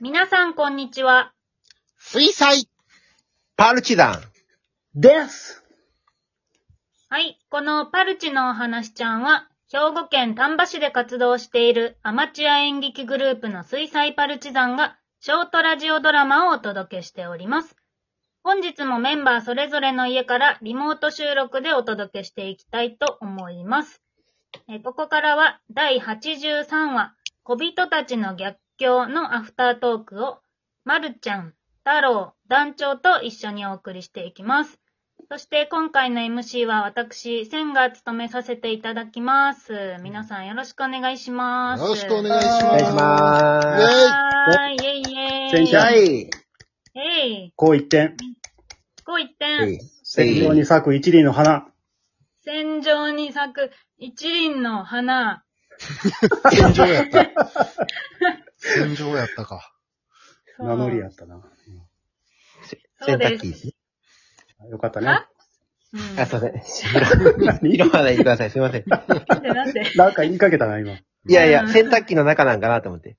皆さん、こんにちは。水彩パルチザン。です。はい。このパルチのお話ちゃんは、兵庫県丹波市で活動しているアマチュア演劇グループの水彩パルチザンが、ショートラジオドラマをお届けしております。本日もメンバーそれぞれの家からリモート収録でお届けしていきたいと思います。えーここからは第83話、小人たちの逆境のアフタートークを、まるちゃん、太郎、団長と一緒にお送りしていきます。そして今回の MC は私、千が務めさせていただきます。皆さんよろしくお願いします。よろしくお願いしおま願すいしまはーい、イェイ先イェ生イ。はす。い。えい、こう一点。こう一は点い。。戦場に咲く一輪の花。戦場に咲く一輪の花。戦場やった。戦場やったか。そう名乗りやったな。そうです機。よかったね。あうあ、んすいません。何色まないでください。すいません。なんでなんでなんか言いかけたな、今。いやいや、洗濯機の中なんかなと思って。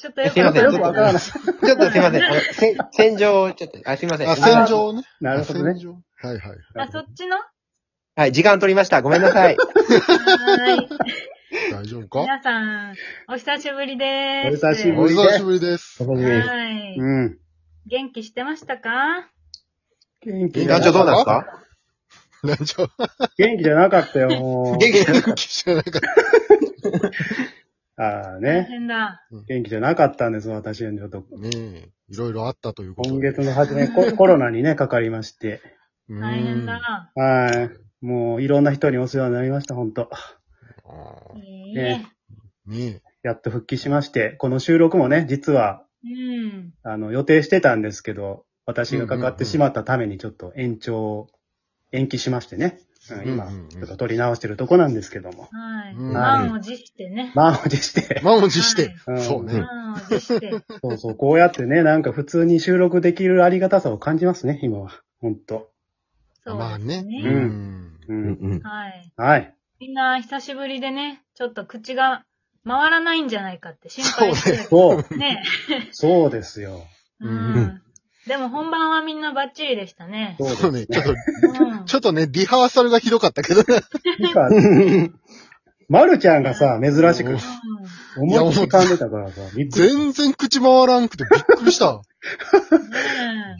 ちょっとよくすいなわんまかせんかんない。よくわからない。ちょっとすいません。あのせ洗浄をちょっと、あ、すいません。あ、戦場ね。なるほどね戦。場。はいはい。あ、そっちのははい、時間取りました。ごめんなさ い。ーい。大丈夫か皆さん、お久しぶりでおす。久しぶおり久しぶりです。大丈夫です。はい。うん。元気してましたか元気じ団ゃな長どかうっなんですか大丈夫。た。元気じゃなかったよ、も元気です元気じゃなかった。う。あ大あね。変だ。元気じゃなかったんです、私はちょっと。ねえ。いろいろあったということ今で。月の初め、ココロナにね、かかりまして。う大変ん。だ。はい。もう、いろんな人にお世話になりました、本当あーいいねね。ねやっと復帰しまして、この収録もね、実は、うん。あの、予定してたんですけど、私がかかってしまったためにちょっと延長、延期しましてね。うんうん今、うちんうんょっと取り直してるとこなんですけども。はい。うん満を持してね。満を持しえ。て。満を持して。はいそうね。満を持して。そうそう、こうやってね、なんか普通に収録できるありがたさを感じますね、今は。ほんと。そうまあですね。うね。んう。うんんはい。はい。みんな久しぶりでね、ちょっと口が回らないんじゃないかって心配してそう、る。ね。そうですよ。う。うんでも本番はみんなバッチリでしたね。そうそうでね。すちょねっ。と、うんちょっとね、リハーサルがひどかったけどね。なん か、まるちゃんがさ、珍しく、思いっきり噛んでたからさ、びっくり全然口回らんくてびっくりした。うんね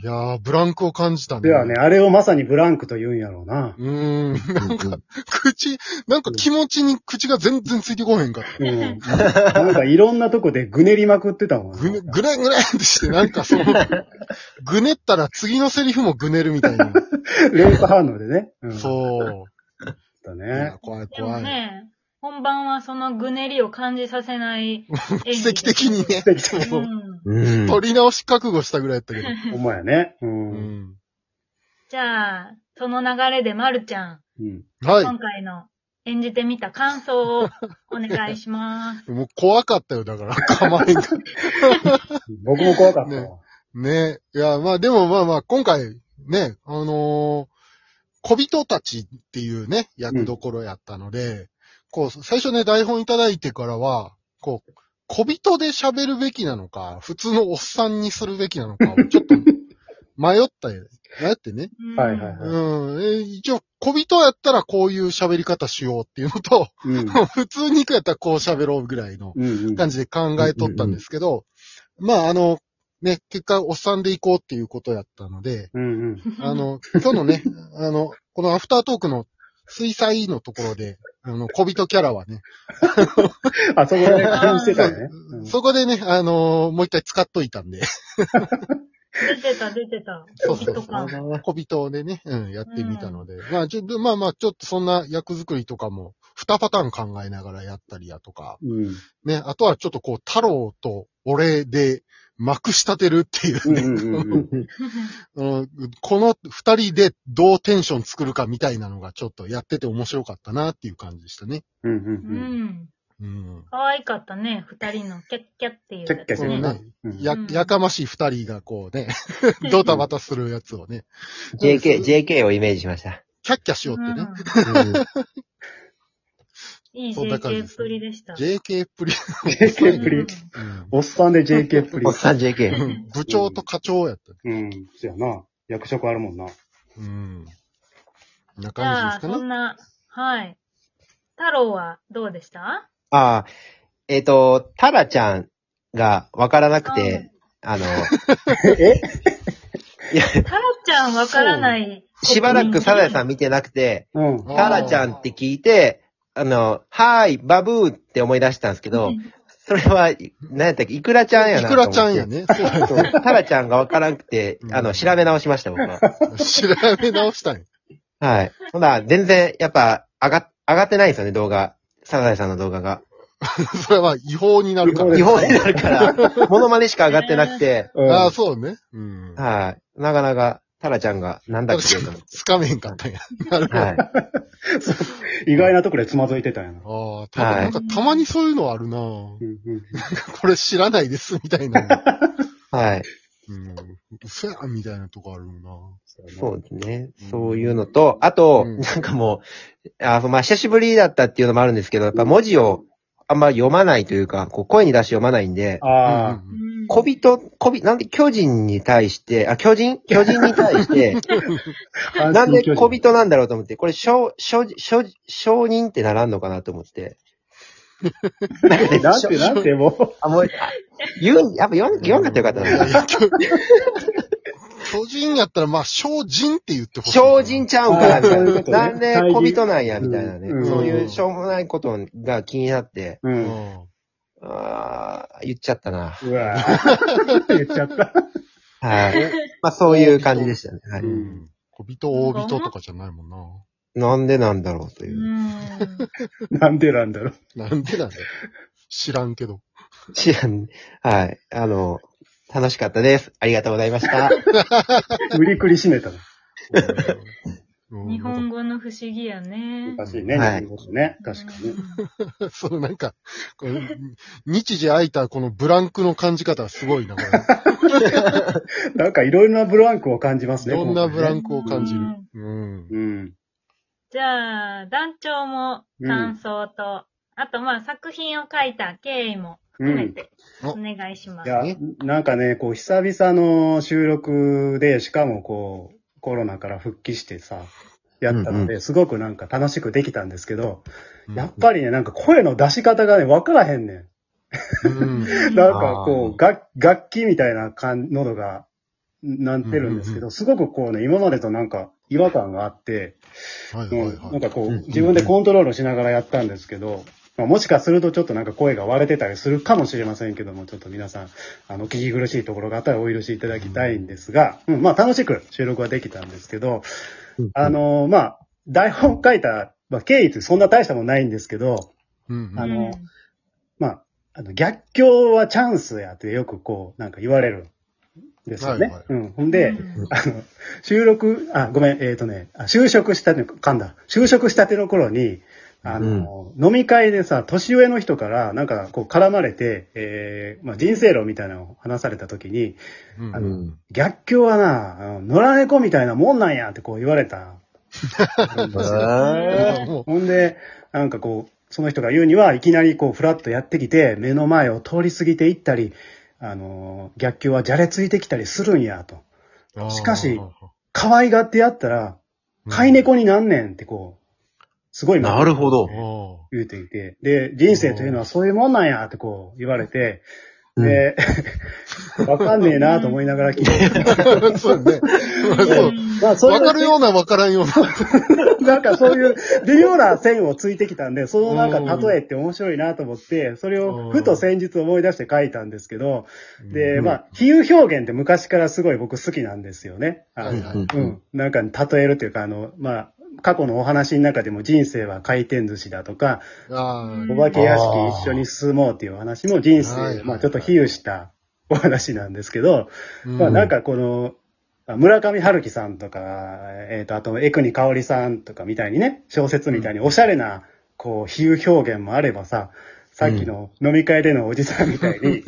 いやー、ブランクを感じたね。ではね、あれをまさにブランクと言うんやろうな。うーん、なんか、口、なんか気持ちに口が全然ついてこへんかっうん。なんかいろんなとこでぐねりまくってたもんた。ぐね、ぐねぐねってして、なん かその、ぐねったら次のセリフもぐねるみたいな。レース反応でね。うん、う。そう。だいやね。怖いでも怖い。ね、本番はそのぐねりを感じさせない演技でし 奇た。跡的にね、う。そうんうん。取り直し覚悟したぐらいやったけど。ほんまやね。う。うんん。じゃあ、その流れでまるちゃん、うん。は今回の演じてみた感想をお願いし ます。い。もう怖かったよ、だから。構まへんかった。僕も怖かったわ。ね。いや、まあでもまあまあ、今回、ね、あのー小人たちっていうね、役どころやったので、こう、最初ね、台本いただいてからは、こう、小人で喋るべきなのか、普通のおっさんにするべきなのかをちょっと 迷ったよ。迷ってね。うんはいはいはいうん。えー一応、小人やったらこういう喋り方しようっていうのと、うん。うん普通に行くやったらこう喋ろうぐらいのうん。感じで考えとったんですけど、まああの、ね、結果、おっさんで行こうっていうことやったので、うんうん。 あ、の、今日のね、 あの、このアフタートークの水彩のところで、あの、小人キャラはね、あそこで感じてたよね。うんそこでね、あのーもう一回使っといたんで、 出てた出てた。そうそうきっとか小人でね、うん、やってみたので、まあちょっと、まあまあ、ちょっとそんな役作りとかも、二パターン考えながらやったりやとか、うん。ね、あとはちょっとこう、太郎と俺で、まくし立てるっていうう、んうんうんうん。うんこの二人でどうテンション作るかみたいなのがちょっとやってて面白かったなっていう感じでしたね。うんううんん。うん。可愛かったね、二人のキャッキャっていうキャッキャやつそのねね。ね、うん。やうん、やかましい二人がこうね、ドタバタするやつをね、 JK、JK をイメージしました。キャッキャしようってね。うんうんいいそんな感じ JK ですっぷりでした。 JK っぷり。 JK プリ。おっさんで JK プリおっ。さん JK。うん部長と課長やった。うん。そやな。役職あるもんな。うん。こんなじゃ感じあ、ですそかんね。な、はい。太郎はどうでしたああ、えっ、と、タラちゃんがわからなくて、あの、えタラちゃんわからない。しばらくサザエさん。ん見てなくて、うん。あータラちゃんって聞いて、あの、はーい、バブーって思い出したんですけど、それは、何やったっけ、イクラちゃんやいなくと思っらて。ちゃんやね。そうやそう。タラちゃんがわからなくて、あの、調べ直しました、僕は。調べ直したんや。 はい。ほな、全然、やっぱ、上が、上がってないんですよね、動画。サザエさんの動画が。それは違法になるから違。日本になる から、モノマネしか上がってなくて、うんああ、そうね。うん。はい。なかなか、タラちゃんが、なんだっけと思っつかめへんかったんや。なるほ て。ど。はい。意外なところでつまずいてたんやな。ああ、ただなんかたまにそういうのあるな、 うんうんこれ知らないです、みたい な。はい。うん。嘘やん、みたいなとこあるもそうですねうん。そういうのと、あと、うんなんかもう、あまあ、久しぶりだったっていうのもあるんですけど、やっぱ文字をあんま読まないというか、こう声に出して読まないんで、んな。あうんうん小人、小人、なんで巨人に対して、あ、巨人巨人に対して、あ。なんで小人なんだろうと思って、これ、小、小、小、小人ってならんのかなと思って。なんかねなんしょて、なんて、もあ、もう、あ言う、やっぱ読ん読んかったらよかったな。 巨人やったら、まあ、精進って言ってほしい。精進ちゃうんかなみたいあーそうないうこ。とねなんで小人なんや、みたいなね。うんそういうしょうもないことが気になって、う。う。うんん。あー言っちゃったな。うわぁ。言っちゃった。はい。 まあそういう感じでしたね。はうい。ん。小人、大人とかじゃないもんな。なんでなんだろうとういう。ん。なんでなんだろう。なんでなんだよ。知らんけど。知らん。はい。あの、楽しかったです。ありがとうございました。無理くり締めたの。うん日本語の不思議やね。難しいね。はい日本語ってね。確かに。なんか そのなんか、この日時空いたこのブランクの感じ方はすごいな、こ れ。なんかいろいろなブランクを感じますいね。ろんなブラク。ンクを感じる。うん。うん。じゃあ、団長も感想と、あとまあ作品を書いた経緯も含めて、うんお願いしまいす。や、なんかね、こう、久々の収録で、しかもこう、コロナから復帰してさ、やったのうんで、すごくなんか楽しくできたんですけど、うんやっぱりね、なんか声の出し方がね、わからへんねうん。ん。 なんかあこーう、楽楽器みたいな感喉が、なってるんですけうんうんうど、すごくこうね、今までとなんか違和感があって、はいはういんなはんかこうんうんうんう、自分でコントロールしながらやったんですけど、まあもしかするとちょっとなんか声が割れてたりするかもしれませんけども、ちょっと皆さん、あの、聞き苦しいところがあったらお許しいただきたいんですが、うん、まあ楽しく収録はできたんですけど、あ、のまあ、台本書いた、まあ、経緯ってそんな大したもんないんですけど、い。ううんあん、のまあ、あの、逆境はチャンスやってよくこう、なんか言われるんですよね。はいはいうん。ほんで、うんあの、収録、あ、ごめん、えっ、とね、あ就職したて、噛んだ。就職したての頃に、あの、飲み会でさ、年上の人から、なんか、こう、絡まれて、えーまあ、人生論みたいなのを話された時に、うんあうのん。逆境はな、あの野良猫みたいなもんなんやってこう言われ た。あーもほんで、なんかこう、その人が言うには、いきなりこう、ふらっとやってきて、目の前を通り過ぎていったり、あの、逆境はじゃれついてきたりするんやと。うしかしあー可愛がってやったら、飼い猫になんねんってこう、すごいなるほど。あ言うていて、で、人生というのはそういうもんなんやってこう言われて、で、 わかんねえなと思いながら聞いて、ー そうね。そうまあそういわかるう、ようなわからん ような。 なんかそういう微妙な線をついてきたんで、そのなんか例えって面白いなと思って、それをふと先日思い出して書いたんですけど、で、まあ、比喩表現って昔からすごい僕好きなんですよね。あのはいはいうん。なんか例えるというか、あの、まあ、過去のお話の中でも人生は回転寿司だとか、あうんお化け屋敷一緒に進もうっていう話も人はいはい生、はいまあちょっと比喩したお話なんですけど、あ、まあなんか、かこの、あ村上春樹さんとか、えっ、と、あと、江国香織さんとかみたいにね、小説みたいにおしゃれな、こう、比喩表現もあればさ、さっきの飲み会でのおじさんみた いに、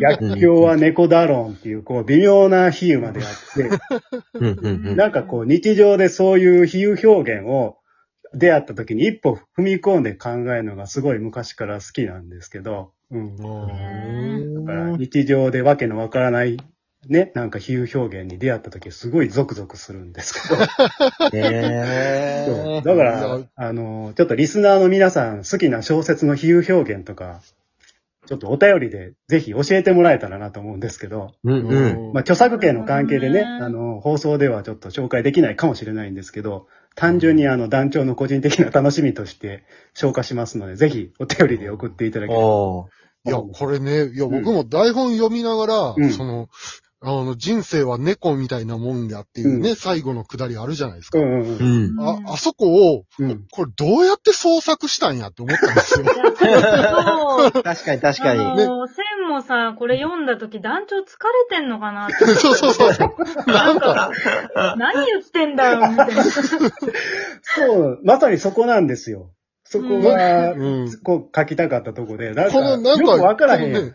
逆境は猫だろんっていう、こう、微妙な比喩まであって、うんうんうん。なんかこう、日常でそういう比喩表現を、出会った時に一歩踏み込んで考えるのがすごい昔から好きなんですけど、うん。だから日常でわけのわからない、ね、なんか比喩表現に出会った時すごいゾクゾクするんですけど。えそーうだかいやら、あの、ちょっとリスナーの皆さん好きな小説の比喩表現とか、ちょっとお便りでぜひ教えてもらえたらなと思うんですけど、うんうん。まあ、著作権の関係でね、うんあの、放送ではちょっと紹介できないかもしれないんですけど、単純にあの、団長の個人的な楽しみとして消化しますので、ぜひお便りで送っていただければ。おーいや、これね、いや、僕も台本読みながら、うんその、あの、人生は猫みたいなもんだっていうね、う最後のくだりあるじゃないですうか。んうんううんん。あ、あそこを、うん。これどうやって創作したんやって思ったん ですよ。いやそう確かに確かに。あの、線もさ、これ読んだ時団長疲れてんのかなって そうそうそうそう。なんか、何言ってんだよ、みたいな。そう、まさにそこなんですよ。そこが、うん。こう書きたかったとこで、なんか、このなんか、よくわからへんやこんの。ね、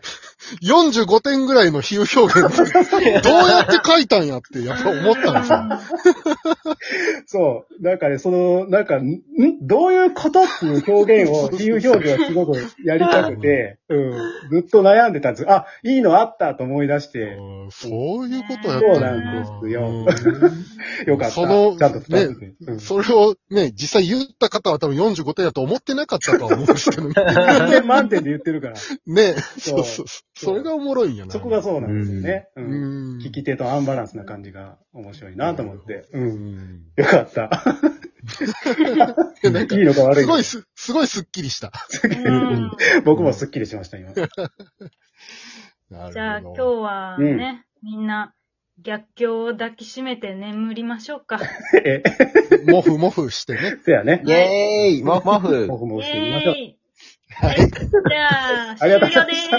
45点ぐらいの比喩表現、どうやって書いたんやって、やっぱ思ったんですよ。 そう。なんかね、その、なんか、んどういうことっていう表 現を、っていう表現をすごくやりたくて、うん。ずっと悩んでたんです。あ、いいのあったと思い出して、うんそういうことやっそうたなんですよ。うんよかった。そのちゃんと伝えててうんそれをね、実際言った方は多分45点だと思ってなかったとは思うんですけ どね。満点満点で言ってるから、そねそそううそうそう。それがおもろいんやな。こがそうなんですよね。う。うんん。聞き手とアンバランスな感じが面白いなと思って。う。うんん。よかった。いやなんいのか悪すいのごかい。す、すごいスッキリした。うん僕もスッキリしました、 今。じゃあなる今ほ日どはね、みんな逆境を抱きしめて眠りましょうか。え、モフモフしてね。せやね。イェーイモフモフもふもふしてみましょう。イェーイはいじゃあ、あ終了りでがとうございましたす。